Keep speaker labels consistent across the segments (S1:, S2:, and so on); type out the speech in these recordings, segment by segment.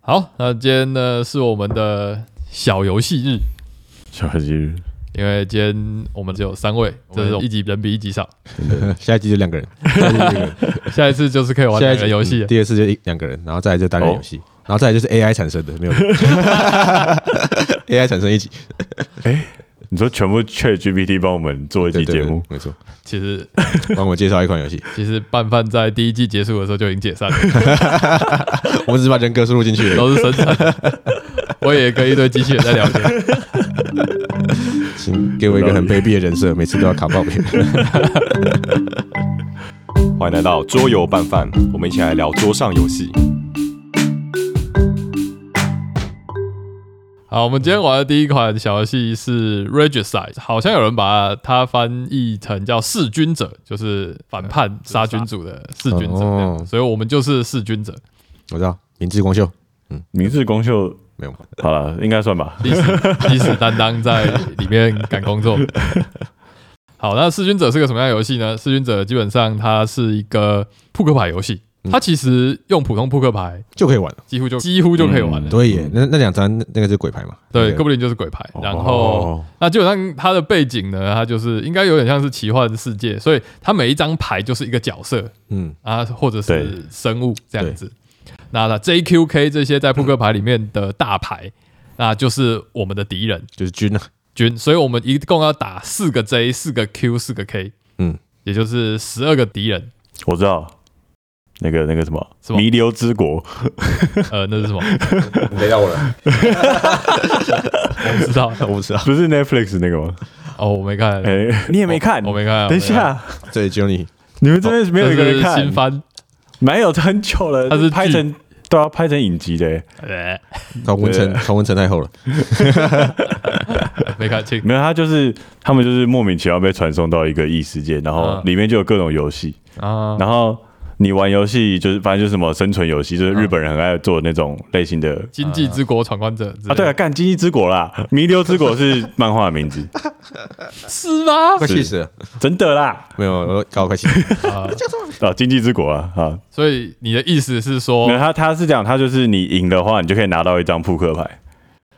S1: 好，那今天呢是我们的小游戏日，
S2: 小孩子，
S1: 因为今天我们只有三位，这是一集人比一集少，
S2: 真的
S3: 下一集就两个人，下一集就两个人
S1: 下一次就是可以玩两
S3: 下一
S1: 个
S3: 集
S1: 人游戏啊
S3: 嗯。第二次就一两个人，然后再来就单人游戏，然后再来就是 AI 产生的， 没有 AI 产生一集
S2: 你说全部 Chat GPT 帮我们做一
S3: 对
S2: 期
S3: 对
S2: 节
S3: 对
S2: 目，
S3: 没错。
S1: 其实
S3: 帮我介绍一款游戏，
S1: 其实拌饭在第一季结束的时候就已经解散 了，
S3: 我只是把人格输入进去了。
S1: 都是生产。 我也跟一堆机器人在聊天。
S3: 请给我一个很卑鄙的人 设，每次都要卡爆别人。
S4: 欢迎来到桌游拌饭，我们一起来聊桌上游戏。
S1: 好，我们今天玩的第一款小游戏是 Regicide，好像有人把它翻译成叫弑君者，就是反叛杀君主的弑君者这样
S3: 哦
S1: 所以我们就是弑君者。
S3: 我知道，明智光秀
S2: 明日光秀
S3: 没有吗？
S2: 好了，应该算吧。
S1: 历史历史担当在里面赶工作。好，那弑君者是个什么样的游戏呢？弑君者基本上它是一个扑克牌游戏，
S2: 嗯
S1: 它其实用普通扑克牌
S3: 就可以玩了。
S1: 几乎就几乎就可以
S2: 嗯
S1: 玩了。
S3: 对耶，那那两张那个是鬼牌嘛？
S1: 对，
S3: 那
S1: 哥
S3: 个
S1: 布林就是鬼牌，然后
S2: 哦
S1: 那基本上它的背景呢，它就是应该有点像是奇幻世界，所以它每一张牌就是一个角色
S3: 嗯，
S1: 啊，或者
S2: 对
S1: 是生物这样子。那那 JQK 这些在扑克牌里面的大牌，那就是我们的敌人。
S3: 就是军啊，
S1: 军，所以我们一共要打四个 J、四个 Q、四个 K，
S3: 嗯，
S1: 也就是十二个敌人。
S2: 我知道那个那个什么
S1: 什么
S2: 弥留之国，
S1: 呃，那是 什么？
S3: 雷到我了，
S1: 我不知道
S3: 我不知道，
S2: 不是 Netflix 那个吗？
S1: 哦，我没看，
S2: 哎，你也没看？
S1: 我没看。
S2: 等一
S1: 我没看，
S2: 下，
S3: 这里只有你，
S2: 你们这边没有一个人
S1: 这是
S2: 看
S1: 新，番，
S2: 没有很久了，
S1: 它是剧
S2: 拍成都要拍成影集的，哎
S1: 呃
S3: 陶文成
S2: 对
S3: 陶文成太厚了，
S1: 没看清。
S2: 没有，他就是他们就是莫名其妙被传送到一个异世界，然后
S1: 嗯
S2: 里面就有各种游戏，
S1: 啊，
S2: 然后你玩游戏就是反正就是什么生存游戏，就是日本人很爱做的那种类型的
S1: 经济之国闯关者
S2: 啊，对啊，
S1: 啊，
S2: 干《经济之国》啦，《弥留之国》是漫画的名 字，
S1: 是吗？
S3: 啊快气死了！
S2: 真的啦，
S3: 没有，我搞快气死了，
S1: 啊，
S2: 啊，《经济之国》啊，啊，
S1: 所以你的意思是
S2: 没有
S1: 说，
S2: 他他是讲他就是你赢的话，你就可以拿到一张扑克牌，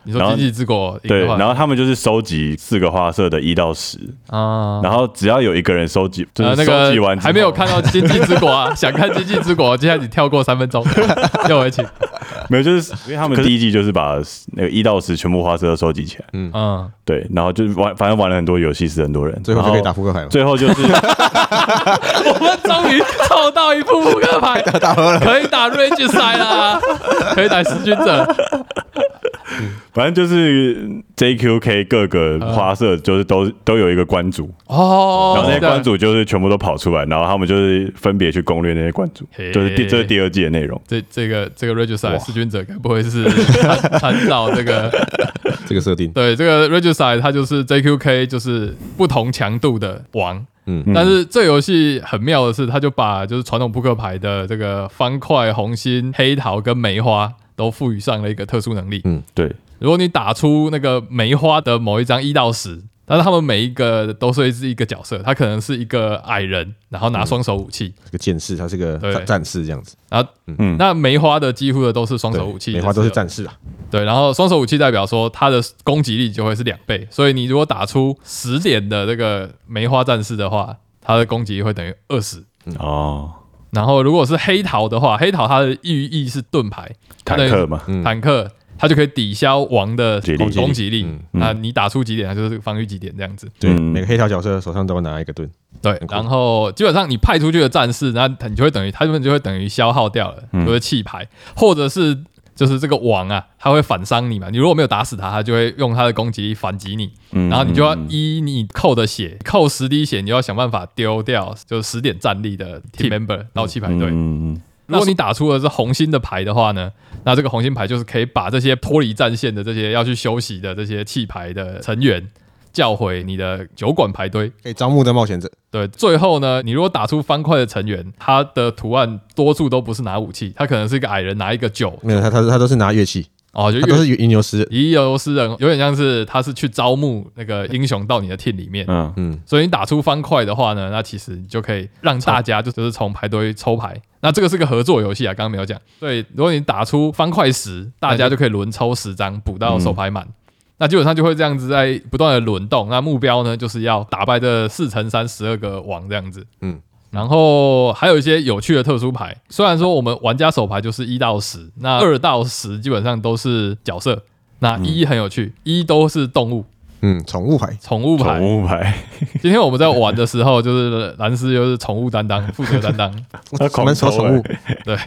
S1: 你说
S2: 然后
S1: 经济之国赢
S2: 对，
S1: 的话
S2: 然后他们就是收集四个花色的一到十，
S1: 啊，
S2: 然后只要有一个人收集，就
S1: 呃，那
S2: 是收集
S1: 个
S2: 完之后
S1: 还没 有看到《经济之国》啊， 想看《经济之国》，接下来你跳过三分钟， 又回去。
S2: 没有，就是因为他们第一季就是把那个一到十全部花色都收集起来，
S1: 嗯，
S2: 对，然后就是玩，反正玩了很多游戏，死很多人，
S3: 最后就可以打
S2: 然后
S3: 扑克牌了。
S2: 最后就是
S1: 我们终于凑到一副扑克牌，可以打 Rage 赛啦，可以打弑君者。
S2: 反正就是 JQK 各个花色就是都都有一个关主，
S1: 哦
S2: 然后那些关，主就是全部都跑出来，然后他们就是分别去攻略那些关主
S1: 嘿，
S2: 就是第这是第二季的内容。
S1: 这这个这个 Rage 赛
S2: 哇
S1: 弑君者该不会是 参参照这个？
S3: 这个设定，
S1: 对，这个 Rage 赛它就是 JQK 就是不同强度的王。
S3: 嗯
S1: 但是这游戏很妙的是，它就把就是传统扑克牌的这个方块、红心、黑桃跟梅花都赋予上了一个特殊能力。
S2: 对，
S1: 如果你打出那个梅花的某一张一到十，但是他们每一个都是是一个角色，他可能是一个矮人，然后拿双手武器。
S3: 这个剑士，他是个
S1: 对
S3: 战战士这样子，
S1: 然后，
S2: 嗯
S1: 那梅花的几乎的都是双
S3: 对
S1: 手武器，
S3: 梅花都是
S1: 这样。
S3: 战士啊，
S1: 对，然后双手武器代表说他的攻击力就会是两倍，所以你如果打出十点的这个梅花战士的话，他的攻击力会等于二十。
S2: 哦，
S1: 然后如果是黑桃的话，黑桃它的寓意是盾牌，
S2: 坦克嘛，
S3: 嗯
S1: 坦克，它就可以抵消王的
S2: 击力
S1: 攻攻击力
S3: 嗯。
S1: 那你打出几点，它就是防御几点这样子。
S3: 对，
S2: 嗯
S3: 每个黑桃角色手上都拿一个盾，
S1: 对，
S3: 酷
S1: 然后基本上你派出去的战士，那他你就会等于他们就会等于消耗掉了，
S2: 嗯
S1: 就会弃牌，或者是就是这个王啊，他会反伤你嘛。你如果没有打死他，他就会用他的攻击力反击你，
S2: 嗯
S1: 然后你就要依你扣的血，扣十滴血，你就要想办法丢掉，就是十点战力的 team member 到弃牌队。
S2: 嗯，
S1: 如果你打出的是红心的牌的话呢，那这个红心牌就是可以把这些脱离战线的这些要去休息的这些弃牌的成员叫回你的酒馆排队。
S3: 可以招募的冒险者，
S1: 对，最后呢，你如果打出方块的成员，他的图案多数都不是拿武器，他可能是一个矮人拿一个酒
S3: 没有他他他都是拿乐器，
S1: 哦，就
S3: 他都
S1: 越
S3: 是云游诗人，
S1: 吟游诗人，有点像是他是去招募那个英雄到你的 team 里面，
S2: 嗯，
S3: 嗯，
S1: 所以你打出方块的话呢，那其实你就可以让大家就就是从排队抽牌。那这个是个合作游戏啊，刚刚没有讲。对，如果你打出方块十，大家就可以轮抽十张补到手牌满。那基本上就会这样子在不断的轮动。那目标呢，就是要打败这四乘三十二个王这样子。
S3: 嗯
S1: 嗯。然后还有一些有趣的特殊牌，虽然说我们玩家手牌就是一到十，那二到十基本上都是角色，那一很有趣，一都是动物、
S3: 嗯，宠物牌，
S1: 宠物牌，
S2: 宠物牌，
S1: 今天我们在玩的时候，就是蓝斯就是宠物担当、负责担 当，
S2: 他狂
S3: 蛮少
S2: 抽
S3: 宠物，
S1: 对，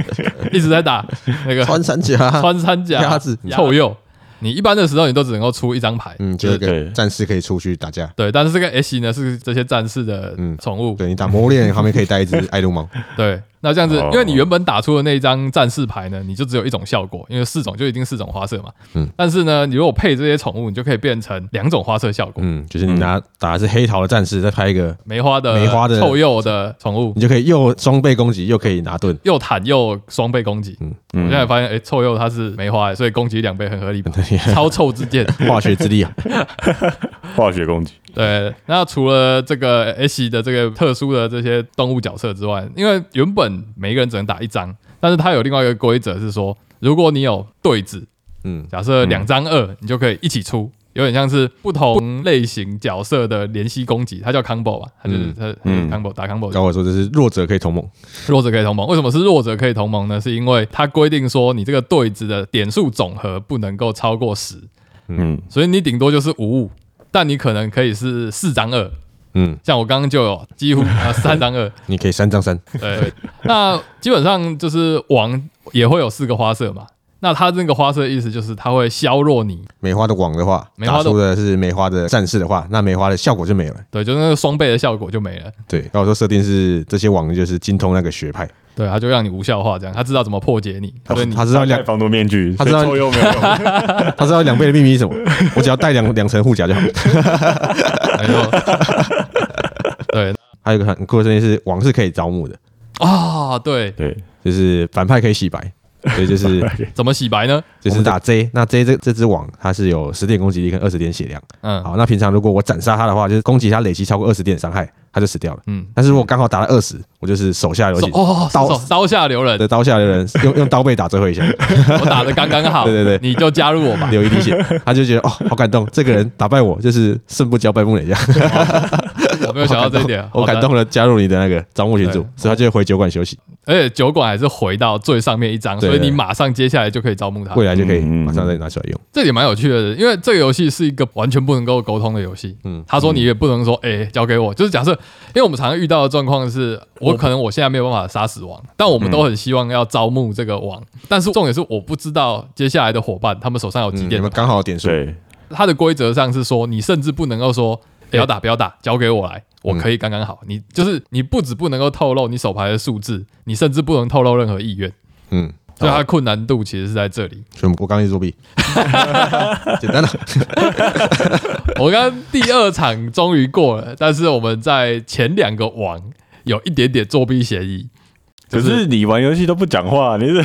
S1: 一直在打那个
S3: 哎 穿山甲，
S1: 穿山甲、
S3: 鸭子
S1: 臭鼬。你一般的时候，你都只能够出一张牌，
S3: 嗯，就是个
S2: 对
S3: 战士可以出去打架。
S1: 对。但是这个 S 呢，是这些战士的
S3: 嗯
S1: 宠物，
S3: 对你打魔物猎人旁边可以带一只爱撸猫，
S1: 对。那这样子
S2: 哦，
S1: 因为你原本打出的那一张战士牌呢，你就只有一种效果，因为四种就一定四种花色嘛。
S3: 嗯。
S1: 但是呢，你如果配这些宠物，你就可以变成两种花色效果，
S3: 嗯，就是你拿打的是黑桃的战士，再拍一个，
S1: 梅花的、
S3: 梅花的
S1: 臭鼬的宠物
S3: 你，就可以又双倍攻击，又可以拿盾，
S1: 又坦又双倍攻击。我现在
S2: 嗯，
S1: 发现，哎、臭鼬它是梅花、所以攻击两倍很合理吧？超臭之剑。
S3: 化学之力啊，
S2: 化学攻击，
S1: 对，那除了这个 S 的这个特殊的这些动物角色之外，因为原本每个人只能打一张，但是它有另外一个规则是说，如果你有对子，
S3: 嗯，
S1: 假设两张二，你就可以一起出。有点像是不同类型角色的联系攻击，它叫 combo 吧，它就是
S3: 嗯
S1: 它它
S2: 嗯
S1: combo 打 combo
S3: 搞我说这是弱者可以同盟，
S1: 弱者可以同盟。为什么是弱者可以同盟呢？是因为它规定说你这个对子的点数总和不能够超过十，
S2: 嗯
S1: 所以你顶多就是五五，但你可能可以是四张二，
S3: 嗯，
S1: 像我刚刚就有几乎啊三张 二，
S3: 你可以三张三，
S1: 对，那基本上就是王也会有四个花色嘛，那它这个花色的意思就是它会削弱你，
S3: 梅花的网的话，
S1: 梅花
S3: 打
S1: 的
S3: 出的是梅花的战士的话，那梅花的效果就没有了。
S1: 对，就是那个双倍的效果就没了，
S3: 对，然后我说设定是这些网就是精通那个学派，
S1: 对，它就让你无效化这样，它知道怎么破解你，
S3: 他
S1: 所以你
S3: 他知道
S2: 他
S3: 两
S2: 戴防毒面具，
S3: 他知道
S2: 所以臭鼬 没有用，
S3: 他知道两倍的秘密是什么，我只要带两两层护甲就好。
S1: 没错， 对
S3: 还有一个很酷的设定是网是可以招募的，
S1: 啊，对，
S2: 对，
S3: 就是反派可以洗白，所以就是
S1: 怎么洗白呢？
S3: 就是打 J，那 J 这这只网它是有十点攻击力跟二十点血量。
S1: 嗯
S3: 好，那平常如果我斩杀它的话，就是攻击它累积超过二十点伤害，它就死掉了。
S1: 嗯，
S3: 但是如果刚好打了二十，我就是手下留
S1: 手
S3: 情，
S1: 哦
S3: 刀
S1: 手刀下留人
S3: 的，刀下 留人，用用刀背打最后一下。
S1: 我打的刚刚好，
S3: 对对
S1: 你就加入我吧，
S3: 流一滴血，他就觉得哦，好感动，这个人打败我就是胜不骄败不馁这样，
S1: 我没有想到这一点，
S3: 我感
S1: 好的
S3: 动了，加入你的那个招募群组
S1: 对，
S3: 所以他就会回酒馆休息，
S1: 而且酒馆还是回到最上面一张，
S3: 对
S1: 所以你马上接下来就可以招募他。
S3: 未来就可以
S2: 嗯嗯嗯
S3: 马上再拿出来用。
S1: 这也蛮有趣的，因为这个游戏是一个完全不能够沟通的游戏。嗯
S3: 嗯，
S1: 他说你也不能说，哎、交给我。就是假设，因为我们常常遇到的状况是，我可能我现在没有办法杀死王，但我们
S3: 嗯
S1: 都很希望要招募这个王。但是重点是，我不知道接下来的伙伴他们手上有几
S3: 嗯你
S1: 点。
S3: 们刚好点数，
S2: 对，
S1: 他的规则上是说，你甚至不能够说不要打，不要打，交给我来，我可以刚刚好。你就是你不止不能够透露你手牌的数字，你甚至不能透露任何意
S2: 哦
S1: 愿。
S3: 嗯，
S1: 所以它的困难度其实是在这里。
S3: 所以我刚刚一直 作弊，简单了，啊
S1: 我刚刚第二场终于过了，但是我们在前两个王有一点点作弊嫌疑。
S2: 可是你玩游戏都不讲 话，你是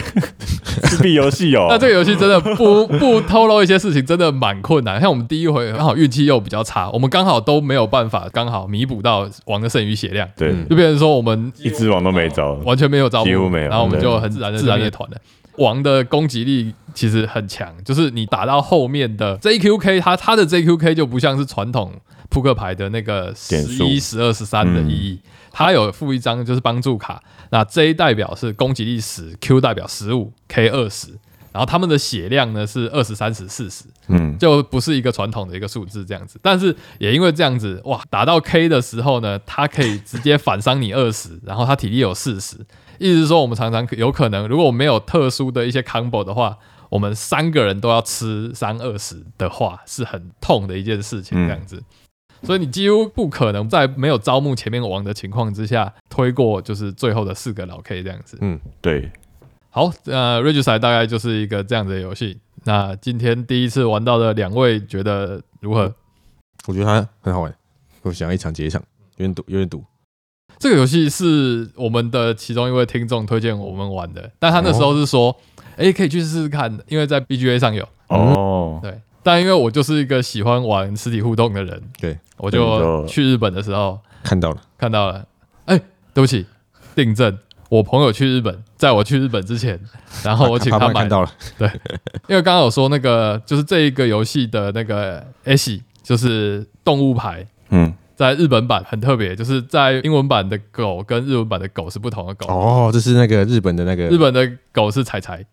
S2: 是必游戏哦，
S1: 那这个游戏 真的不不透露一些事情，真的蛮困难。像我们第一回刚好运气又比较差，我们刚好都没有办法刚好弥补到王的剩余血量，
S2: 对，
S3: 嗯
S1: 就变成说我们
S2: 一只网都没招，
S1: 完全没有招募，
S2: 几乎没有
S1: 然后我们就很自然的自然的团了。王的攻击力其实很强，就是你打到后面的 JQK，它它的 JQK 就不像是传统扑克牌的那个十
S2: 点数嗯
S1: 一、十二、十三的意义，它有附一张就是帮助卡，那 J 代表是攻击力十，Q 代表十五，K 二十，然后他们的血量呢是二十三、十四十，
S2: 嗯，
S1: 就不是一个传统的一个数字这样子。但是也因为这样子，哇，打到 K 的时候呢，他可以直接反伤你二十，然后他体力有四十，意思是说我们常常有可能，如果我们没有特殊的一些 combo 的话，我们三个人都要吃三二十的话，是很痛的一件事情，
S2: 嗯
S1: 这样子。所以你几乎不可能在没有招募前面王的情况之下推过，就是最后的四个老 K 这样子。
S2: 对，
S1: 好，呃 r e g i c i d e 大概就是一个这样子的游戏。那今天第一次玩到的两位觉得如何？
S3: 我觉得它很好玩，我想要一场接一场，有点赌，有点赌，
S1: 这个游戏是我们的其中一位听众推荐我们玩的，但他那时候是说，哎、可以去试试看，因为在 BGA 上有。
S2: 哦，
S1: 对，但因为我就是一个喜欢玩实体互动的人，
S3: 对，
S1: 我
S2: 对你
S1: 就
S2: 就
S1: 去日本的时候
S3: 看到了，
S1: 看到了，哎、对不起，订正，我朋友去日本，在我去日本之前，然后我请
S3: 他
S1: 他
S3: 们
S1: 买
S3: 看，到了，
S1: 因为刚刚有说那个就是这一个游戏的那个 S，就是动物牌。
S2: 嗯，
S1: 在日本版很特别，就是在英文版的狗跟日文版的狗是不同的狗。
S3: 哦，这是那个日本的那个，
S1: 日本的狗是柴柴，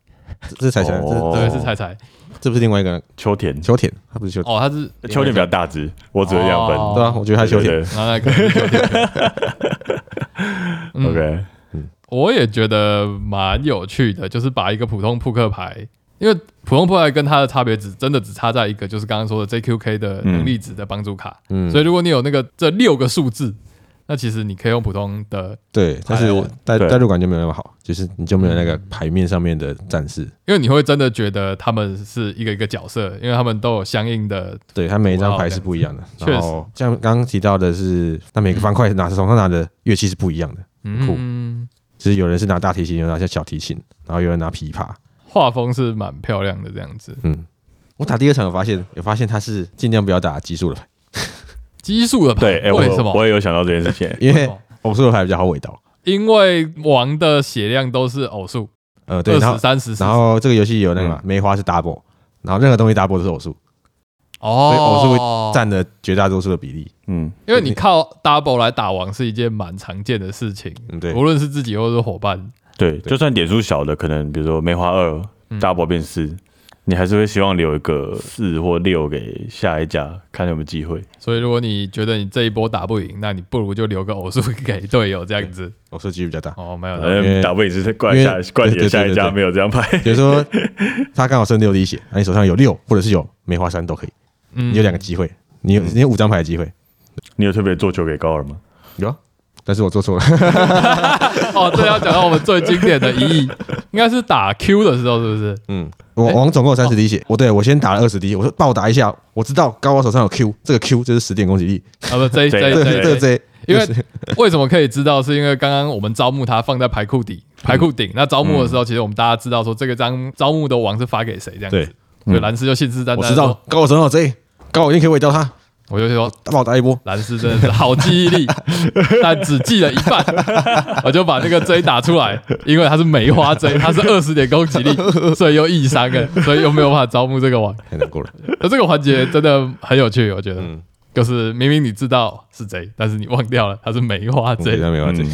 S3: 这这是彩霞，
S2: 哦
S3: 这
S1: 对，是柴柴。
S3: 这不是另外一个
S2: 秋田，
S3: 秋田，他不是秋田，
S1: 哦，它是
S2: 秋田比较大只，我只有两分。
S1: 哦
S3: 对啊，我觉得他秋田，
S2: 对
S1: 然后那个
S2: 对对，OK，
S1: 嗯我也觉得蛮有趣的，就是把一个普通扑克牌，因为普通扑克牌跟它的差别只真的只差在一个，就是刚刚说的 JQK 的
S2: 嗯
S1: 能力值的帮助卡。
S3: 嗯
S1: 所，以如果你有那个这六个数字，那其实你可以用普通的，
S3: 对，但是我代
S2: 对
S3: 代入感就没有那么好，就是你就没有那
S1: 嗯
S3: 个牌面上面的战士，
S1: 因为你会真的觉得他们是一个一个角色，因为他们都有相应的
S3: 对，它每一张牌是不一样的。
S1: 哇这样
S3: 然后像刚刚提到的是，那每个方块拿手上拿的乐器是不一样的，酷
S1: 嗯。
S3: 就是有人是拿大提琴，有人拿小提琴，然后有人拿琵琶。
S1: 画风是蛮漂亮的，这样子。
S3: 嗯，我打第二场有发现，有发现它是尽量不要打奇数的牌，
S1: 奇数的牌，
S2: 对，哎，
S1: 为什么？
S2: 我我也有想到这件事情，
S3: 因
S1: 为什
S3: 为
S1: 么
S3: 偶数的牌比较好尾刀。
S1: 因为王的血量都是偶数，
S3: 呃，对，
S1: 二
S3: 然
S1: 十、嗯
S3: 后
S1: 三十、
S3: 然后这个游戏有那个嘛梅花是 double，然后任何东西 double 都是偶数，
S1: 哦，
S3: 所以偶数会占了绝大多数的比例。
S2: 嗯，
S1: 因为你靠 double 来打王是一件蛮常见的事情，
S3: 嗯，对
S1: 无，论是自己或是伙伴。
S2: 对，就算点数小的，可能比如说梅花二
S1: 嗯
S2: double 变四，你还是会希望留一个四或六给下一家，看有没有机会。
S1: 所以如果你觉得你这一波打不赢，那你不如就留个偶数给队友这样子。
S3: 偶数几率比较大。
S1: 哦，没有
S2: 反
S1: 的，
S3: 呃因
S2: 正
S3: 为
S2: 打不赢是怪下
S3: 因为
S2: 怪你的
S3: 对对
S2: 下一
S3: 对
S2: 家
S3: 对
S2: 没有这样拍，
S3: 比如说，他刚好剩六滴血，那你手上有六或者是有梅花三都可以，
S1: 嗯
S3: 你有两个机会，你有你有五张牌的机会，
S2: 你有特别做球给高尔吗？
S3: 有啊，但是我做错了，
S1: 哦，这要讲到我们最经典的一役，应该是打 Q 的时候，是不是？
S3: 嗯，我王总共有三十滴血，我对我先打了二十滴，我说帮我打一下，我知道高我手上有 Q，这个 Q 就是十点攻击力，
S1: 啊，不，这一这
S2: 这
S1: 一
S2: 一
S3: 这
S1: 这
S3: 个
S1: 一
S3: 这个 J，
S1: 因为为什么可以知道？是因为刚刚我们招募他放在牌库底、牌库顶。那招
S3: 嗯
S1: 募的时候，其实我们大家知道说这个张招募的王是发给谁这样
S3: 对嗯
S1: 子。所以蓝斯就信誓旦旦，
S3: 我知道，高我手上有 J，高我一定可以尾掉他，
S1: 我就说
S3: 帮我打一波，
S1: 蓝斯真的是好记忆力，但只记了一半， 我就把那个 J 打出来，因为他是梅花 J，他是二十点攻击力，所以又易伤了，所以又没有办法招募这个王。
S3: 太难过了，
S1: 那 这个环节真的很有趣，我觉得
S3: 嗯，
S1: 就是明明你知道是 J，但是你忘掉了他是梅花
S3: 这
S1: J，
S3: 没有啊这
S2: 嗯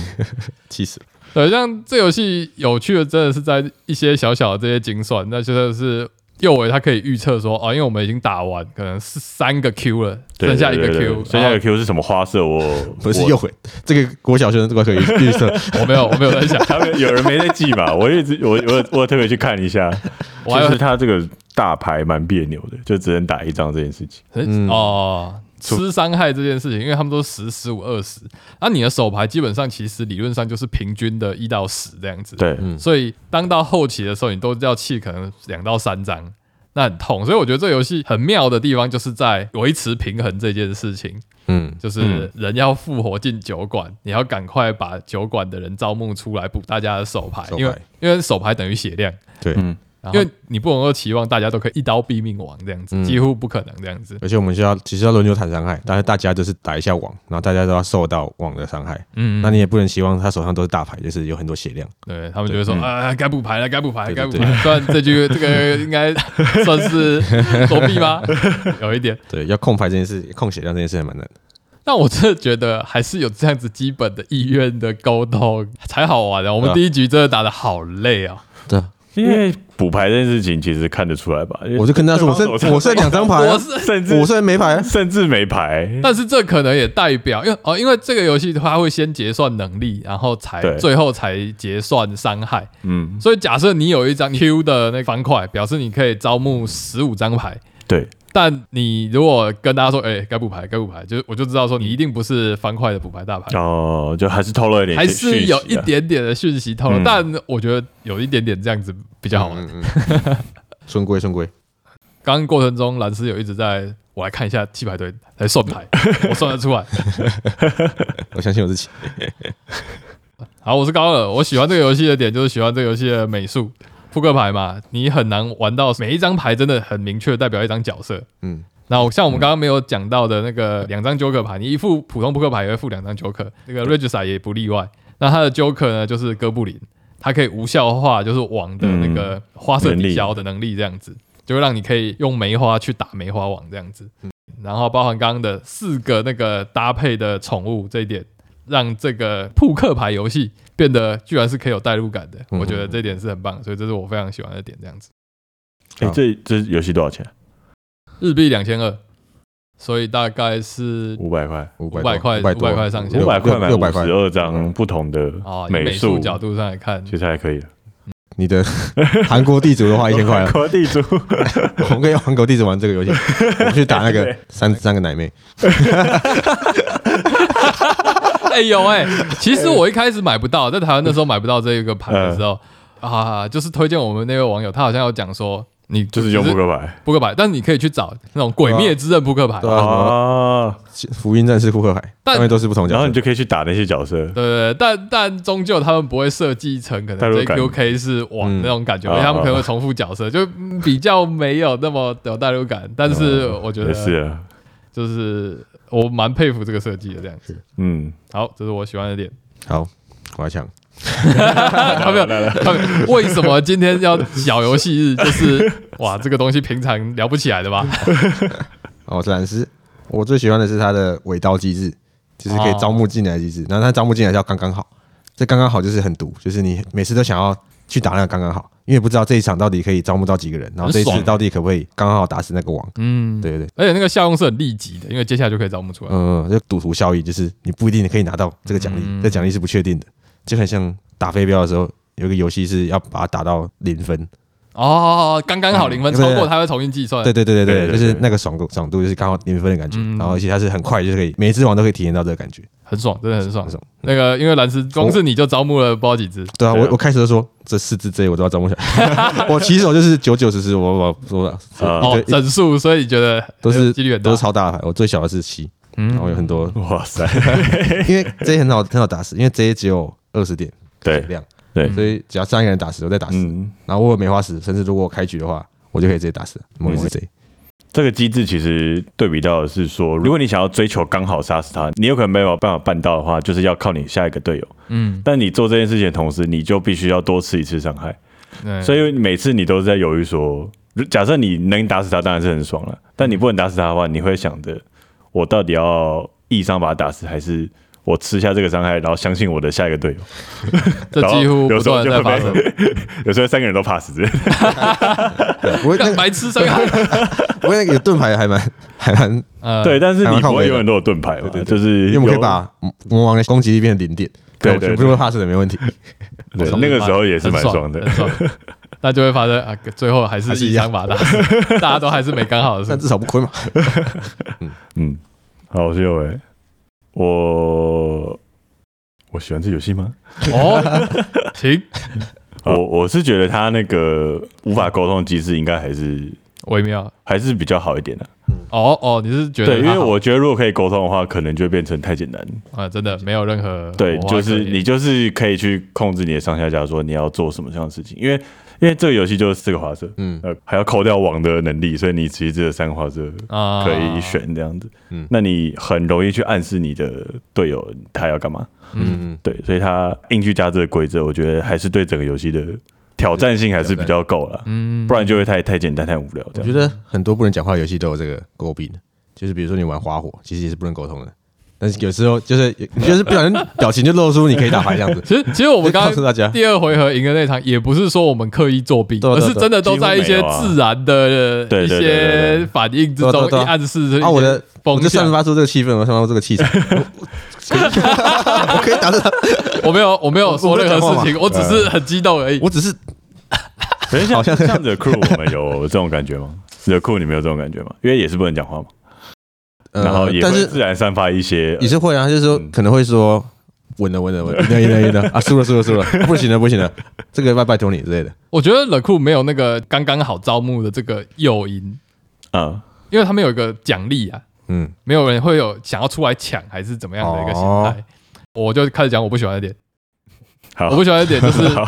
S3: 气死了，
S1: 对，像这游戏有趣的真的是在一些小小的这些精算，那就是右维他可以预测说，哦，因为我们已经打完，可能是三个 Q 了，
S2: 对
S1: 剩下一个
S2: 对对对
S1: Q，
S2: 剩下一个 Q 是什么花色？我
S3: 不是
S2: 我
S3: 又悔，这个国小学生都可以预测，
S1: 然后哦我没有，我没有在想，
S2: 他们有人没在记嘛？ 我一直我我我有特别去看一下，
S1: 我还有
S2: 就是他这个大牌蛮别扭的，就只能打一张这件事情。
S1: 很哦。吃伤害这件事情，因为他们都十、十五、二十，那你的手牌基本上其实理论上就是平均的一到十这样子。
S2: 对，
S3: 嗯
S1: 所以当到后期的时候，你都要弃可能两到三张，那很痛。所以我觉得这游戏很妙的地方就是在维持平衡这件事情。
S3: 嗯，
S1: 就是人要复活进酒馆，你要赶快把酒馆的人招募出来补大家的手牌，
S3: 手牌
S1: 因为因为手牌等于血量，
S3: 对，
S2: 嗯
S1: 因
S3: 然后
S1: 为你不能够期望大家都可以一刀毙命王这样子，
S3: 嗯
S1: 几乎不可能这样子。
S3: 而且我们需要其实要轮流谈伤害，但是大家就是打一下网，然后大家都要受到网的伤害。
S1: 嗯，
S3: 那你也不能期望他手上都是大牌，就是有很多血量。
S1: 对他们就会说
S2: 嗯
S1: 啊，该补牌了，该补牌，
S3: 对
S1: 该
S3: 对
S1: 补牌。虽然这句这个应该算是 作弊吗？有一点，
S3: 对，要控牌这件事，控血量这件事还蛮难的。
S1: 但我真的觉得还是有这样子基本的意愿的沟通才好玩啊。我们
S3: 对啊
S1: 第一局真的打的好累啊，
S3: 对，
S2: 因为补牌这件事情其实看得出来吧？
S3: 我就跟他说，我
S2: 对方手上
S3: 剩我剩两张牌啊，
S1: 我是
S2: 甚
S3: 我
S2: 至
S3: 剩没牌啊。
S2: 甚至没牌，
S1: 但是这可能也代表，因为哦，因为这个游戏它会先结算能力，然后才
S2: 对
S1: 最后才结算伤害。
S2: 嗯，
S1: 所以假设你有一张 Q 的那个方块，表示你可以招募十五张牌。
S2: 对，
S1: 但你如果跟大家说，哎、该补牌，该补牌，就是我就知道说你一定不是方块的补牌大牌，
S2: 哦，就还是透露一点
S1: 还
S2: 讯息啊，
S1: 是有一点点的讯息透露。
S2: 嗯
S1: 但我觉得有一点点 这样子比较好玩。
S3: 嗯， 顺归顺归，
S1: 刚刚过程中，蓝斯有一直在我来看一下弃牌堆来算牌，我算得出来。
S3: 我相信我自己。
S1: 好，我是高二，我喜欢这个游戏的点就是喜欢这个游戏的美术，扑克牌嘛，你很难玩到每一张牌真的很明确地代表一张角色。
S3: 嗯，
S1: 那我像我们刚刚没有讲到的那个两张 Joker 牌，你一副普通扑克牌也会附两张 Joker，那个 Regisa 也不例外。那他的 Joker 呢，就是哥布林，它可以无效化，就是网的那个花色抵消的能力，这样子就会让你可以用梅花去打梅花网这样子。然后包含刚刚的四个那个搭配的宠物这一点，让这个扑克牌游戏变得居然是可以有代入感的，
S3: 嗯
S1: 我觉得这一点是很棒，所以这是我非常喜欢的点。这样子，
S2: 哎、
S3: 好
S2: 这这游戏多少钱？
S1: 日币两千二，所以大概是
S2: 五百块，
S3: 五
S1: 500块
S3: 五百多
S1: 500块上下
S2: 五
S1: 六
S2: 百块买
S3: 六
S2: 五
S3: 百块嗯
S2: 十。哦二张不同的
S1: 啊、以
S2: 美
S1: 美
S2: 术
S1: 术角度上来看
S2: 其，实还可以了。
S3: 你的 韩国地主的话一千块 啊了，
S2: 国 地主，
S3: 我们可以用韩国地主玩这个游戏，我们去打那个
S2: 对
S3: 三三个奶妹。
S1: 哎、有 哎、其实我一开始买不到，在台湾那时候买不到这个盘的时
S2: 嗯
S1: 候、啊，就是推荐我们那位网友，他好像有讲说，你
S2: 就是用扑克牌
S1: 扑克牌，但是你可以去找那种《鬼灭之刃》扑克牌，
S3: 对啊
S2: 啊，
S3: 福音战士库克海，
S1: 但
S3: 上面都是不同角
S2: 然后
S3: 色
S2: 你。就可以去打那些角色。
S1: 对对，对但但终究他们不会设计成可
S2: 代
S1: 能
S2: 入感
S1: JQK 是网
S3: 嗯
S1: 那种感觉，
S2: 啊
S1: 因为他们可能会重复角色，就嗯比较没有那么有代入感。但是我觉
S2: 也是
S1: 得
S2: 啊，
S1: 就是我蛮佩服这个设计的这样子。
S2: 嗯，
S1: 好，这是我喜欢的点。
S3: 好，我来抢。
S1: 他 们
S2: 啊
S1: 他们为什么今天要小游戏日？就是哇，这个东西平常聊不起来的吧？
S3: 哦，我是兰斯，我最喜欢的是它的尾刀机制，就是可以招募进来的机制。然后它招募进来要刚刚好，这刚刚好就是很毒，就是你每次都想要去打那个刚刚好，因为不知道这一场到底可以招募到几个人，然后这一
S1: 很
S3: 次
S1: 爽
S3: 到底可不可以刚刚好打死那个王。
S1: 嗯，
S3: 对对对，
S1: 而且那个效用是很立即的，因为接下来就可以招募出来。
S3: 嗯，就赌徒效益，就是你不一定可以拿到这个奖励，这奖励是不确定的，就很像打飞镖的时候。有一个游戏是要把它打到零分，
S1: 哦，刚刚好零分，
S3: 嗯
S1: 超过他会重新计算。
S3: 对对对对
S2: 对对对
S3: 对，就是那个爽度爽度就是刚好零分的感觉，然后而且它是很快就是可以每一只王都可以体验到这个感觉，
S1: 很爽，真的很爽
S3: 很爽。
S1: 那个，因为蓝斯光是你就招募了不知道几只，
S3: 对啊，
S2: 对啊
S3: 我我开始就说这四只 J 我都要招募起来， 我起手就是九九十十，我我我
S2: 啊
S3: 我
S1: 哦
S3: 一，堆
S1: 整数，所以你觉得
S3: 呃都是
S1: 几率很大嗯
S3: 都是。超哦大的牌，我最小的是七，
S2: 嗯
S3: 然后有很多，
S2: 哇塞，
S3: 因为 J 很好很好打死，因为 J 只有二十点
S2: 对
S3: 量，
S2: 对，
S3: 所以只要三个人打死我再打死，
S2: 嗯，
S3: 然后我有梅花石，甚至如果我开局的话，我就可以直接打死某一只 J。
S2: 这个机制其实对比到的是说，如果你想要追求刚好杀死他，你有可能没有办法办到的话，就是要靠你下一个队友。
S1: 嗯，
S2: 但你做这件事情的同时，你就必须要多吃一次伤害，
S1: 对
S2: 所以每次你都是在犹豫说，如假设你能打死他，当然是很爽了。但你不能打死他的话，你会想着我到底要一伤把他打死，还是我吃下这个伤害，然后相信我的下一个队友？
S1: 这几乎不断地在发生。
S2: 有时候三个人都怕死，
S3: 对
S2: 嗯
S3: 不会那
S1: 干
S3: 个
S1: 白痴生啊！
S3: 不会那个有盾牌还蛮还蛮，
S1: 呃
S2: 对，，但是
S3: 还
S2: 你
S3: 蛮靠
S2: 不会
S3: 背的
S2: 永远都有盾牌嘛，
S3: 对对对
S2: 就是
S3: 因为我们可以
S2: 有
S3: 把魔王的攻击力变成零点，
S2: 对
S3: 我
S2: 对
S3: 全部都 pass 的没问题，
S2: 对那个时候也是蛮爽的
S1: 很，爽。很爽那就会发生啊，最后还是
S3: 还是
S1: 一
S3: 一
S1: 枪
S3: 样
S1: 把 他打死，大家都还是没刚好的
S3: 但
S1: 事。
S3: 至少不亏嘛。
S2: 嗯，好，我是有为，我我喜欢这游戏吗？
S1: 哦，行，
S2: 我我是觉得他那个无法沟通的机制应该还是
S1: 微妙。
S2: 还是比较好一点的、
S1: 哦哦，你是觉得
S2: 对，因
S1: 他
S2: 为
S1: 好
S2: 我觉得如果可以沟通的话，可能就会变成太简单。
S1: 啊，真的没有任何
S2: 对，
S1: 火花
S2: 就是
S1: 哦可
S2: 你
S1: 言
S2: 就是可以去控制你的上下家，说你要做什么样的事情，因为因为这个游戏就是四个花色，
S3: 嗯
S2: 呃，还要扣掉网的能力，所以你其实只有三个花色
S1: 啊
S2: 可以，选这样子。
S3: 嗯
S2: 那你很容易去暗示你的队友他要干嘛。
S3: 嗯，
S2: 对，所以他硬去加这个规则，我觉得还是对整个游戏的挑战性还是比较够了，
S1: 嗯
S2: 不然就会太太简单太无聊
S1: 啊
S2: 这
S3: 我
S2: 样。
S3: 觉得很多不能讲话的游戏都有这个诟病，就是比如说你玩花火，其实也是不能沟通的，但是有时候就是你就是不小心表情就露出你可以打牌这样子，
S1: 其实其实 我
S3: 我
S1: 们刚
S3: 告
S1: 刚
S3: 诉大家，
S1: 第二回合赢的那场，也不是说我们刻意作弊，
S3: 对啊
S1: 而
S3: 对啊
S1: 是真的都在一些
S2: 对啊
S1: 自然的
S2: 对
S1: 一
S2: 对对对
S1: 些
S2: 对
S1: 反应之
S3: 对
S1: 中
S3: 啊对啊对啊
S1: 一暗示。
S3: 啊我的我
S1: 风
S3: 就散
S1: 向，
S3: 发出这个气氛，我散发出这个气场，我我可以我可以打这他，
S1: 我没有我没有
S3: 我
S1: 说
S3: 我在
S1: 任
S3: 讲
S1: 何
S3: 话
S1: 事
S3: 嘛
S1: 情，我只是很激动而已。
S3: 我只是
S2: 可是像
S3: 好像
S2: 像 The Crew 我们有这种感觉吗？The Crew 你们有这种感觉吗？因为也是不能讲话嘛，
S3: 呃
S2: 然后也
S3: 但
S2: 会
S3: 是
S2: 自然散发一些
S3: 也是会啊，就是说
S2: 嗯
S3: 可能会说稳了稳了稳了，赢了赢了赢了啊，输了输了输了，不行了不行了，这个拜拜托你之类的，
S1: 我觉得冷酷没有那个刚刚好招募的这个诱因，
S2: 啊，
S1: 因为他们有一个奖励啊，
S3: 嗯，
S1: 没有人会有想要出来抢还是怎么样的一个心态。
S3: 哦
S1: 我就开始讲我不喜欢的点，
S2: 好
S1: 我不喜欢的点就是
S2: 好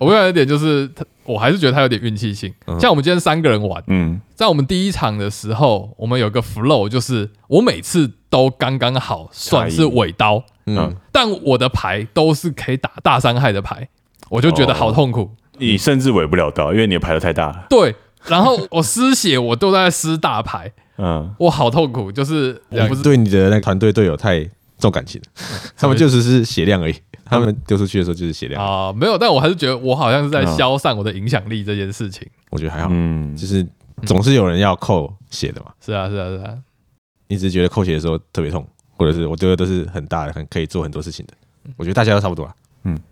S1: 我不喜欢的点就是他我还是觉得它有点运气性
S4: 嗯。
S1: 像我们今天三个人玩，
S2: 嗯，
S1: 在我们第一场的时候，我们有个 flow，就是我每次都刚刚好，算是尾刀，
S3: 嗯
S2: 嗯，
S1: 但我的牌都是可以打大伤害的牌，我就觉得好痛苦。
S2: 你甚至尾不了刀，因为你的牌都太大了。
S1: 对，然后我失血，我都在失大牌，
S2: 嗯，
S1: 我好痛苦，就是我不是
S3: 对你的那个团队队友太重 感情了，他们就只是血量而已，他们丢出去的时候就是血量，
S1: 啊、没有，但我还是觉得我好像是在消散我的影响力这件事情。
S3: 我觉得还好，
S2: 嗯
S3: 就是总是有人要扣血的嘛，
S1: 是啊，是啊，是啊，
S3: 你只是觉得扣血的时候特别痛，或者是我丢的都是很大的，很可以做很多事情的，
S1: 嗯
S3: 我觉得大家都差不多啊，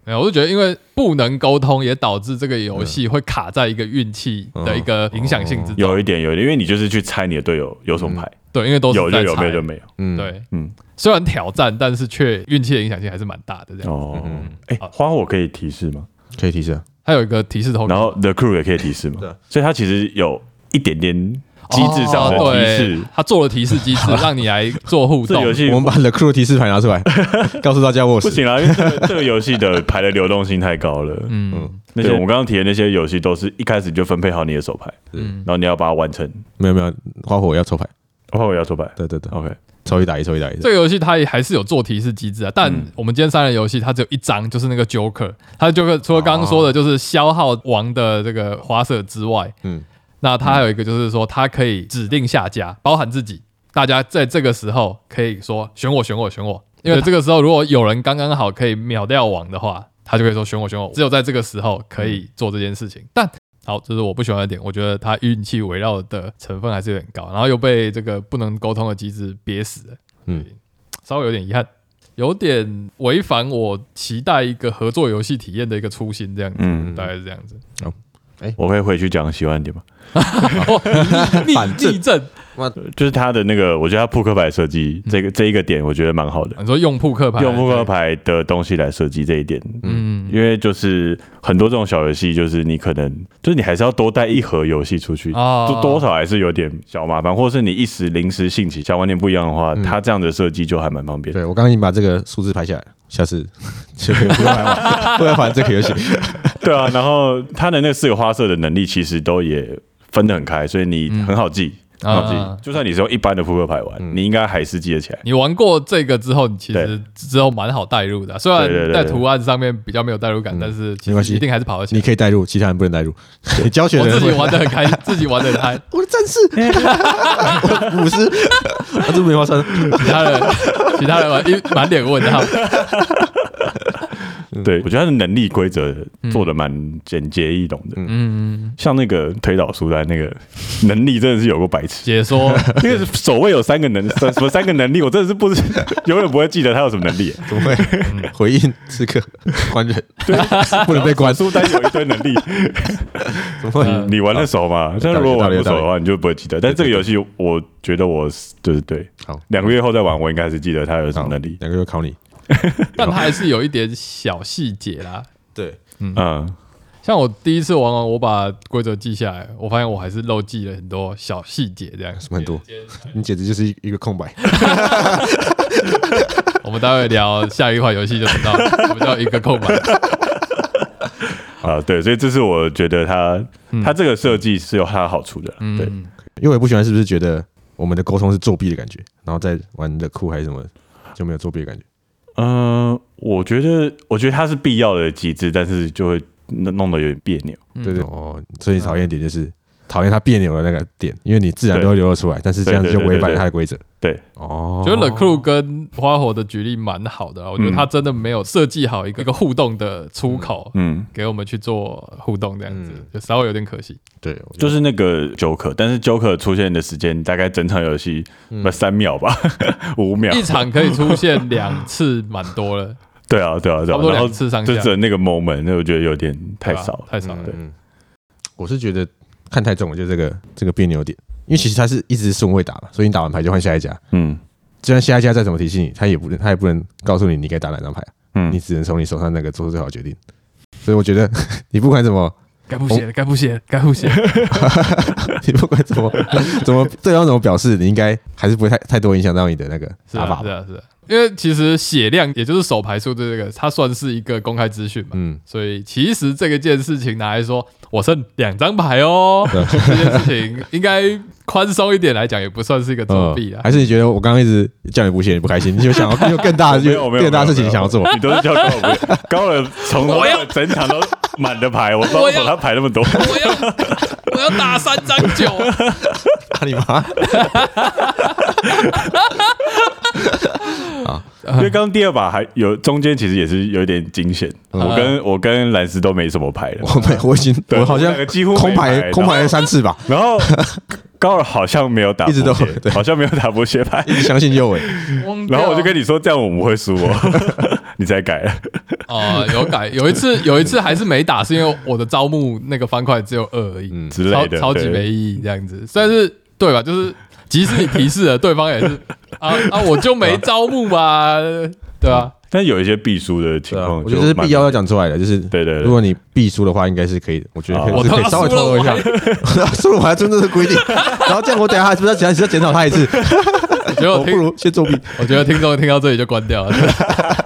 S1: 没有，我就觉得因为不能沟通，也导致这个游
S2: 嗯
S1: 戏会卡在一个运气的一个影响性之中。
S2: 有一点，有一点，因为你就是去猜你的队友有什么牌，
S1: 对，因为都是
S2: 有就
S1: 在
S2: 有，
S1: 猜
S2: 没有就没有。
S3: 嗯，，
S1: 对，
S2: 嗯，
S1: 虽然挑战，但是却运气的影响性还是蛮大的。这样，
S2: 哦
S3: 嗯，
S2: 哎，花火可以提示吗？
S3: 可以 提示啊，
S1: 还有一个提示投
S2: 然后 The Crew 也可以提示嘛
S3: 对，
S2: 所以它其实有一点点机制上的
S1: 哦
S2: 提
S1: 对
S2: 示。
S1: 他做了提示机 制，让你来做互
S2: 这
S1: 动
S2: 游。戏
S3: 我们把 The Crew 提示牌拿 出来，告诉大家我
S2: 不
S3: 是
S2: 行啊啦，因为这个这个游戏的牌的流动性太高了。
S1: 嗯
S2: 那些我们刚刚提的那些游戏，都是一开始就分配好你的手牌，
S1: 嗯
S2: 然，后你要把它完成。
S3: 没有没有花火要抽牌，
S2: 哦，我要手牌。
S3: 对对对，
S2: OK，
S3: 抽一打一，抽一打一，
S1: 这个游戏它也还是有做提示机制啊，但
S2: 嗯
S1: 我们今天三人游戏它只有一张，就是那个 Joker，它的 Joker 除了刚刚说的就是消耗王的这个花色之外，
S3: 嗯
S1: 嗯，那它还有一个就是说它可以指定下家，包含自己，大家在这个时候可以说选我选我选我，因为这个时候如果有人刚刚好可以秒掉王的话，他就可以说选我选我，只有在这个时候可以做这件事情，但。好，这是我不喜欢的点。我觉得它运气围绕的成分还是有点高，然后又被这个不能沟通的机制憋死了。
S3: 嗯
S1: 嗯，稍微有点遗憾，有点违反我期待一个合作游戏体验的一个初心，这样子，
S2: 嗯，
S1: 大概是这样子。
S2: 我可以回去讲喜欢的点吗？嗯
S1: 逆
S3: 反正
S1: 逆正，
S2: 就是它的那个，我觉得它扑克牌设计这个这一个点，我觉得蛮好的。
S1: 你说用扑克牌，
S2: 用扑克，牌的东西来设计这一点，
S1: 嗯，
S2: 因为就是很多这种小游戏，就是你可能就是你还是要多带一盒游戏出去，
S1: 啊
S2: 就多少还是有点小麻烦，或是你一时临时兴起，小观念不一样的话，
S1: 嗯
S2: 它这样的设计就还蛮方便。
S3: 对我刚刚已经把这个数字拍下来了，下 次就不要玩，不要玩这个游戏。
S2: 对啊，然后它的那四个花色的能力其实都也分得很开，所以你很好记，很好记。
S1: 啊嗯
S2: 就算你是用一般的扑克牌玩，你应该还是记得起来。
S1: 你玩过这个之后，你其
S2: 对
S1: 实之后蛮好带入的啊、虽
S2: 对对
S1: 然
S2: 对
S1: 在
S2: 对嗯
S1: 图案上面比较没有代入感，但是
S3: 没
S1: 其
S3: 关系
S1: 实一定还是跑得起
S3: 你
S1: 来。
S3: 可以带入，其他人不能 带入。你教学的
S1: 我
S3: 人
S1: 自己
S3: 会
S1: 玩的很开心，自己玩的很嗨，
S3: 我的战士， 我五十，啊这梅花三，
S1: 其他人其他人玩一满脸问号。嗯
S2: 对，我觉得它的能力规则做的蛮简洁易懂的。
S1: 嗯，
S2: 像那个推倒书单那个 能力真的是有过白痴，
S1: 解 说
S2: 那个守卫有三个能什什么三个能力，我真的是 不知永远不会记得他有什么能力。
S3: 怎么会回应刺客关人？不能被 关，
S2: 书单有一堆能力，
S3: 怎么会？
S2: 嗯你玩得熟吗？但
S3: 有道理
S2: 如果玩
S3: 有道理
S2: 不熟
S3: 有
S2: 的
S3: 道
S2: 话，你就不会记得。但这个游戏，我觉得我是就是对，
S3: 好，
S2: 两个月后再玩，我应该是记得它有什
S3: 好
S2: 么能力。
S3: 两个月考你。
S1: 但它还是有一点小细节啦，
S3: 对，
S2: 嗯，
S1: 像我第一次玩完，我把规则记下来，我发现我还是漏记了很多小细节，这样
S3: 什么很多，你简直就是一个空白。
S1: 我们待会聊下一款游戏就知道了，我们叫一个 空白。
S2: 啊，对，所以这是我觉得它它这个设计是有它的好处的。对，
S1: 嗯，
S3: 因为我也不喜欢，是不是觉得我们的沟通是作弊的感觉，然后再玩的酷还是什么，就没有作弊的感觉。
S2: 嗯，我觉得我觉得它是必要的机制，但是就会弄弄得有点别扭。
S3: 对
S1: 嗯
S3: 对哦，所以讨厌点就是讨厌他别扭的那个点，因为你自然
S2: 对
S3: 都会流露出来，但是这样子就违反了他的规则。
S2: 对，
S3: 哦，
S1: 觉得 The Crew 跟花火的举例蛮好的啊，我觉得他真的没有设计好一个一个互动的出口，
S2: 嗯，
S1: 给我们去做互动，这样子
S3: 嗯
S1: 就稍微有点可 惜。
S3: 对，我觉
S2: 就
S3: 得
S2: 是那个 Joker，但是 Joker 出现的时间大概整场游戏
S3: 嗯
S2: 那三秒吧， 五秒
S1: 嗯一。场可以出现两次，蛮多了，
S2: 对啊，对 啊，对
S1: 差
S2: 啊
S1: 不。多
S2: 然后
S1: 两次上
S2: 就
S1: 下，
S2: 只有那个 moment，那我觉得有点太
S1: 对吧啊
S2: 少了。
S1: 太少了。
S3: 嗯，我是觉得看太重了，就这个这个别扭点，因为其实他是一直顺位打嘛，所以你打完牌就换下一家，
S2: 嗯
S3: 就算下一家再怎么提醒你，他也不能他也不能告诉你你该打哪张牌，你
S2: 嗯，
S3: 只能从你手上那个做出最好的决定。所以我觉得你不管怎么，
S1: 该不
S2: 哦
S1: 写了，该不写了，该不 写了。
S3: 你不管怎么怎么对方怎么表示，你应该还是不会太太多影响到你的那个
S1: 是
S3: 打
S1: 啊，
S3: 法
S1: 是
S3: 吧。
S1: 啊，是啊。因为其实血量，也就是手牌数的这个，它算是一个公开资讯嘛。
S3: 嗯，
S1: 所以其实这个件事情拿来说，我剩两张牌 哦。这件事情应该宽松一点来讲，也不算是一个作弊啊。
S3: 嗯
S2: 嗯
S3: 还是你觉得我刚刚一直叫你补血你不开心，你就想要你有更大的
S2: 没有没有
S3: 更大的事情想 要做？
S2: 你都是叫高尔夫， 高尔从头到尾整场都满的牌，我不知道为什么他牌那 么多。
S1: 我要 我要打三张九，
S3: 啊你妈！
S2: 因为刚刚第二把还有中间其实也是有一点惊险，
S3: 嗯
S2: 我跟我跟蓝斯都没什么牌了，
S3: 我没，我已经
S2: 对
S3: 我好
S2: 我
S3: 像
S2: 们两个几乎没
S3: 空
S2: 牌
S3: 牌空牌了三次吧，
S2: 然后高尔好像没有打
S3: 一直都
S2: 补血
S3: 对
S2: 好像没有打波鞋牌
S3: 一，直 相信右伟，
S1: 忘掉
S2: 然后我就跟你说这样我们会输 哦，你才改了，
S1: 哦、有 改，有一次有一次还是没打，是因为我的招募那个方块只有二而已，
S3: 嗯
S2: 之类
S1: 超
S2: 的，
S1: 超级
S2: 对
S1: 没意义这样子。但是对吧？就是即使你提示了，对方也 是啊啊，我就没招募嘛，对吧、
S2: 但有一些必输的情况，
S3: 啊我觉得这是必要
S2: 蛮。
S3: 要讲出来的，就是
S2: 对对对
S3: 如果你必输的话，应该是可以的，啊我觉得
S2: 好
S3: 可以
S1: 我
S3: 是
S1: 他
S3: 可以
S1: 妈
S3: 稍微
S1: 输了
S3: 透露一下
S1: 我，
S3: 输了我还尊重这个规 定，然后这样我等一下还是不是要检，只要检讨他一 次，
S1: 我觉得
S3: 我
S1: 我
S3: 不
S1: 听，
S3: 如先作弊。
S1: 我觉得听众听到这里就关掉了。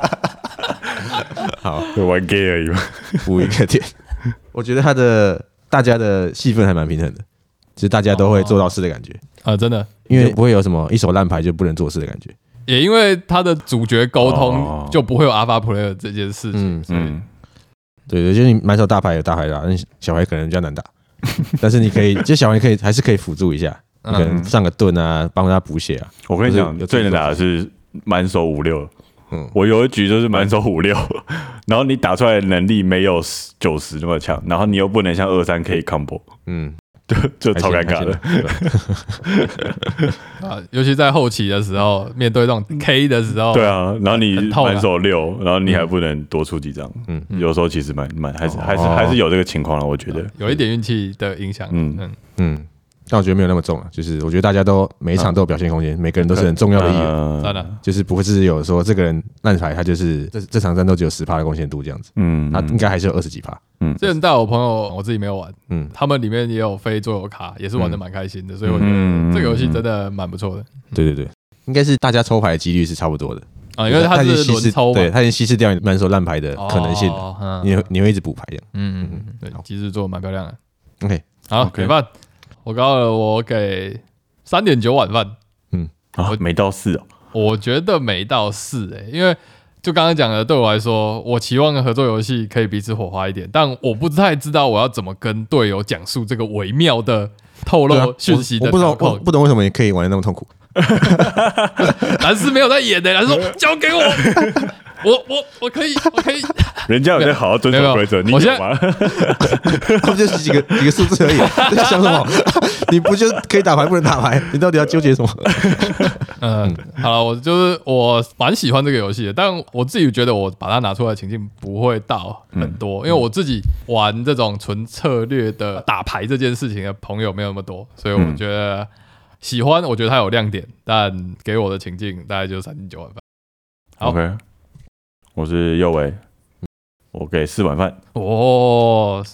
S3: 好，
S2: 对玩 gay 而已嘛，
S3: 补一个点，我觉得他的大家的戏份还蛮平衡的，就是大家都会做到事的感觉，
S1: 啊，真的，
S3: 因为不会有什么一手烂牌就不能做事的感觉。
S1: 也因为他的主角沟通
S2: 哦
S1: 就不会有 alpha player 这件事情。
S3: 嗯，
S2: 嗯，
S3: 对对，就是你满手大牌有大牌打，那小孩可能比较难打，但是你可以，就小孩可以还是可以辅助一下，你可能上个盾啊，帮他补血啊。
S2: 我跟你讲
S3: 就是有，
S2: 最能打的是满手五六。
S3: 嗯
S2: 我有一局就是满手五六， 然后你打出来的能力没有九十那么强，然后你又不能像二三 K combo，
S3: 嗯，
S2: 就超尴尬的。
S3: 还行。还行对
S1: 啊，尤其在后期的时候，面对这种 K 的时候，
S2: 对啊，然后你
S1: 哦很痛嗯啊
S2: 满手六，然后你还不能多出几张，
S3: 嗯
S2: 有时候其实蛮蛮还是还是
S3: 哦
S2: 还是有这个情况了，我觉得。
S1: 有一点运气的影响。
S2: 嗯
S1: 嗯，
S3: 嗯，但我觉得没有那么重了，就是我觉得大家都每一场都有表现空间，每个人都是很重要的一员，
S2: 呃
S1: 当然，
S3: 就是不会是有说这个人烂牌，他就是这这场战斗只有十趴的贡献度这样子，
S2: 嗯，
S3: 他应该还是有二十几趴。
S1: 之前带我朋友，我自己没有玩，
S3: 嗯
S1: 他们里面也有非桌游卡，也是玩的蛮开心的，所以我觉得
S2: 嗯
S1: 这个游戏真的蛮不错的
S3: 对对对，应该是大家抽牌的几率是差不多的，
S1: 啊，因为它
S3: 已经
S1: 是
S3: 稀
S1: 轮
S3: 释，
S1: 抽嘛
S3: 对，，他已经稀释掉你满手烂牌的可能性，
S1: 哦嗯
S3: 你会你会一直补牌这样。
S1: 嗯嗯嗯，对，机制做的蛮漂亮的。
S3: OK，
S1: 好，
S2: OK
S1: 给饭，我高了，我给三点九碗饭，
S2: 啊
S1: 我
S2: 没到四哦，
S1: 我觉得没到四诶、因为就刚刚讲的，对我来说，我期望合作游戏可以彼此火花一点，但我不太知道我要怎么跟队友讲述这个微妙的透
S3: 对啊
S1: 露讯息的
S3: 我我不知道
S1: 调
S3: 我
S1: 控。
S3: 不懂为什么你可以玩的那么痛苦，
S1: 蓝斯没有在演的、蓝斯
S2: 嗯
S1: 说交给 我，我我我可以，我可以，
S2: 人家有在好好 遵
S1: 没有
S2: 守规则，你
S1: 我
S2: 有
S1: 现
S2: 吗？
S3: 不就是几个几个数字而已， 你在想什么？你不就可以打牌不能打牌？你到底要纠结什么？
S1: 嗯，好了，我就是我蛮喜欢这个游戏的，但我自己觉得我把它拿出来的情境不会到很
S2: 嗯
S1: 多，因为我自己玩这种纯策略的打牌这件事情的朋友没有那么多，所以我觉得喜欢，我觉得它有亮点，但给我的情境大概就三点九万分。好嗯
S2: OK，我是右维，我给四碗饭。
S1: 哦，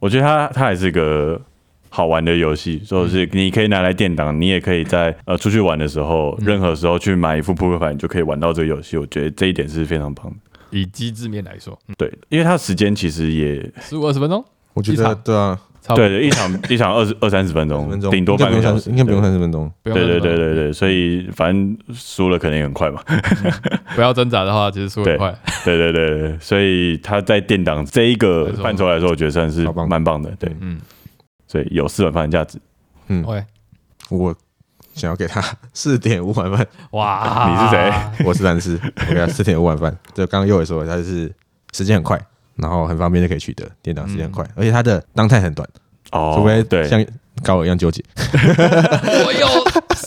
S2: 我觉得它它还是个好玩的游戏，
S3: 嗯
S2: 就是你可以拿来垫档，你也可以在呃出去玩的时候，
S1: 嗯
S2: 任何时候去买一副扑克牌，你就可以玩到这个游戏。我觉得这一点是非常棒的。
S3: 嗯
S1: 以机制面来说，嗯
S2: 对，因为它时间其实也
S1: 十五二十分钟，
S3: 我觉
S1: 一
S3: 得
S1: 场
S3: 对啊，
S1: 差不多，
S2: 对一场 一场二十二三十分
S3: 十分
S2: 钟，
S3: 钟
S2: 顶多
S3: 应该
S2: 半
S3: 不
S2: 个
S3: 用
S2: 小
S3: 三
S2: 时，
S3: 十，应该不用三十分钟。
S1: 不用
S2: 对对
S1: 那么
S2: 对对对，所以反正输了可能也很快 嘛。
S1: 不要挣扎的话，其实输很
S2: 对
S1: 快。
S2: 对对对对，所以它在垫档这一个
S1: 没错
S2: 范畴来说，我觉得算是
S3: 超棒
S2: 蛮棒的。对，
S1: 嗯
S2: 所以有四碗饭的价值。
S3: 嗯，
S1: ，OK，
S3: 我想要给他 四点五碗饭，
S1: 哇，
S2: 你是谁？
S3: 我是蓝斯，我给他四点五碗饭。就刚刚右伟说，他是时间很快，然后很方便就可以取得，电档时间很快，而且他的当态很短，
S2: 嗯哦，
S3: 除非
S2: 对，
S3: 像高尔一样 纠结。
S1: 我有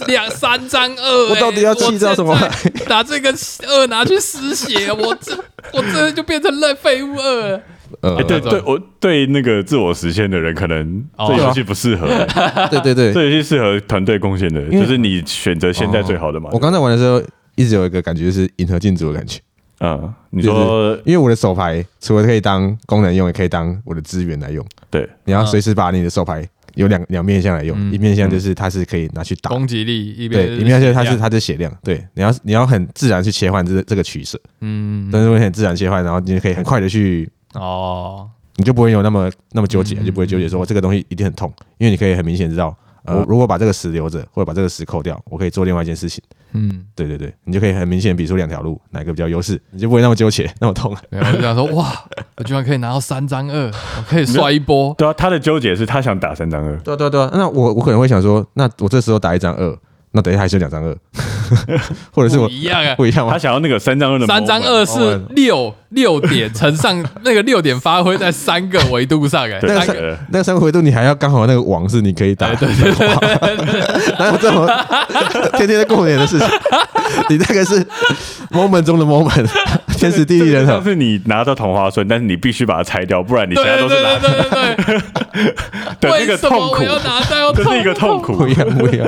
S1: 两三张二、欸，哎
S3: 我到底要气到什么
S1: 我现在拿这个二拿去失血，我这我这就变成了废物二了。
S3: 呃
S2: 哎，，对
S1: 那种
S2: 对，我对那个自我实现的人，可能
S1: 哦
S2: 这游戏不适合、欸
S3: 对对对，
S2: 这游戏适合团队贡献的，
S3: 为
S2: 就是你选择现
S1: 哦
S2: 在最好的嘛。
S3: 我刚才玩的时候，一直有一个感觉就是迎合进组的感觉，
S2: 嗯，你说
S3: 因为我的手牌除了可以当功能用，也可以当我的资源来用。
S2: 对，
S3: 你要随时把你的手牌。有两两面向来用，
S1: 嗯
S3: 一面向就是它是可以拿去打，
S1: 攻击力一边
S3: 对，一面向就是它
S1: 血
S3: 是
S1: 量
S3: 它的血量，对，你要你要很自然去切换这个这个取舍，
S1: 嗯
S3: 但是会很自然切换，然后你就可以很快的去，
S1: 哦
S3: 你就不会有那么那么纠结，
S1: 嗯
S3: 就不会纠结说哦我这个东西一定很痛，因为你可以很明显知道，呃，如果把这个十留着，或者把这个十扣掉，我可以做另外一件事情，
S1: 嗯，
S3: 对对对，你就可以很明显比出两条路哪个比较优势，你就不会那么纠结那么痛。啊
S1: 然后就想说哇，我居然可以拿到三张二，我可以帅一波，
S2: 对啊，他的纠结是他想打三张二，
S3: 对啊对啊对啊，那我我可能会想说，那我这时候打一张二，那等一下还是有两张二， 或者是
S1: 不
S3: 我
S1: 一样啊。
S3: 不一样
S2: 他
S3: 吗？
S2: 想要那个三张二的
S1: 三张二
S2: moment
S1: 是六六点乘上那个六点发挥在三个维度上哎、
S2: 对
S1: 三
S2: 三
S1: 个
S2: 个
S3: 那个三回度你还要刚好那个网是你可以打，哎对对对，哪有这 么天天在过年的事情？你那个是 moment 中的 moment，天时地利人
S2: 上
S3: 和。
S2: 次你拿到同花顺，但是你必须把它拆掉，不然你其
S1: 对
S2: 他
S1: 对
S2: 呃都是拿
S1: 对对对
S2: 的
S1: 对，
S2: 那
S1: 为
S2: 个
S1: 什么
S2: 痛
S1: 我
S2: 苦，
S1: 要拿到
S2: 这是一个痛
S1: 痛？
S3: 不
S2: 苦
S3: 一。样，不一样。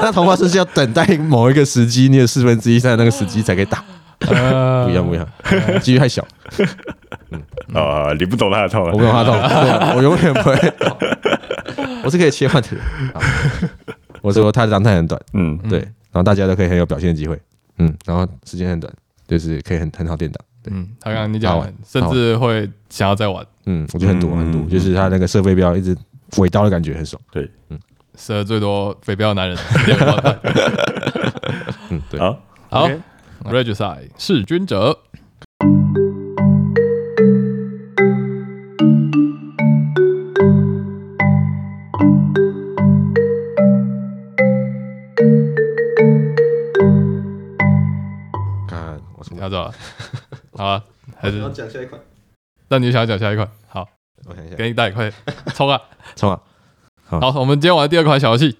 S3: 那同花顺是要等待某一个时机，你有四分之一在那个时机才可以打，
S1: 呃
S3: 不一样，不一样，几率太小。
S2: 啊！你不懂他的痛
S3: 我
S2: 啊
S3: 没。有 怕痛，对我永远不会痛，我是可以切换的人。好我说他的阳台很短，
S2: 嗯，
S3: 对，然后大家都可以很有表现的机会，嗯，然后时间很短，就是可以很很好电档，
S1: 嗯，他刚刚你讲
S3: 好
S1: 完，甚至会想要再玩。
S3: 嗯，我觉得很堵
S2: 嗯
S3: 很堵，
S2: 嗯
S3: 就是他那个设备标一直尾刀的感觉很爽，
S1: 射得最多肥膘的男人。六个炮弹
S3: 嗯，对。
S2: 好，
S1: 好
S2: OK
S1: ，Regicide 弑君者，
S3: 看我什
S1: 你
S3: 么？
S1: 要走了， 好啊，还是
S3: 讲下一款，
S1: 那你想要讲下一款？好，
S3: 我想一下，
S1: 给你带，快点冲啊！
S3: 冲啊！
S1: 好，我们今天玩的第二款小游戏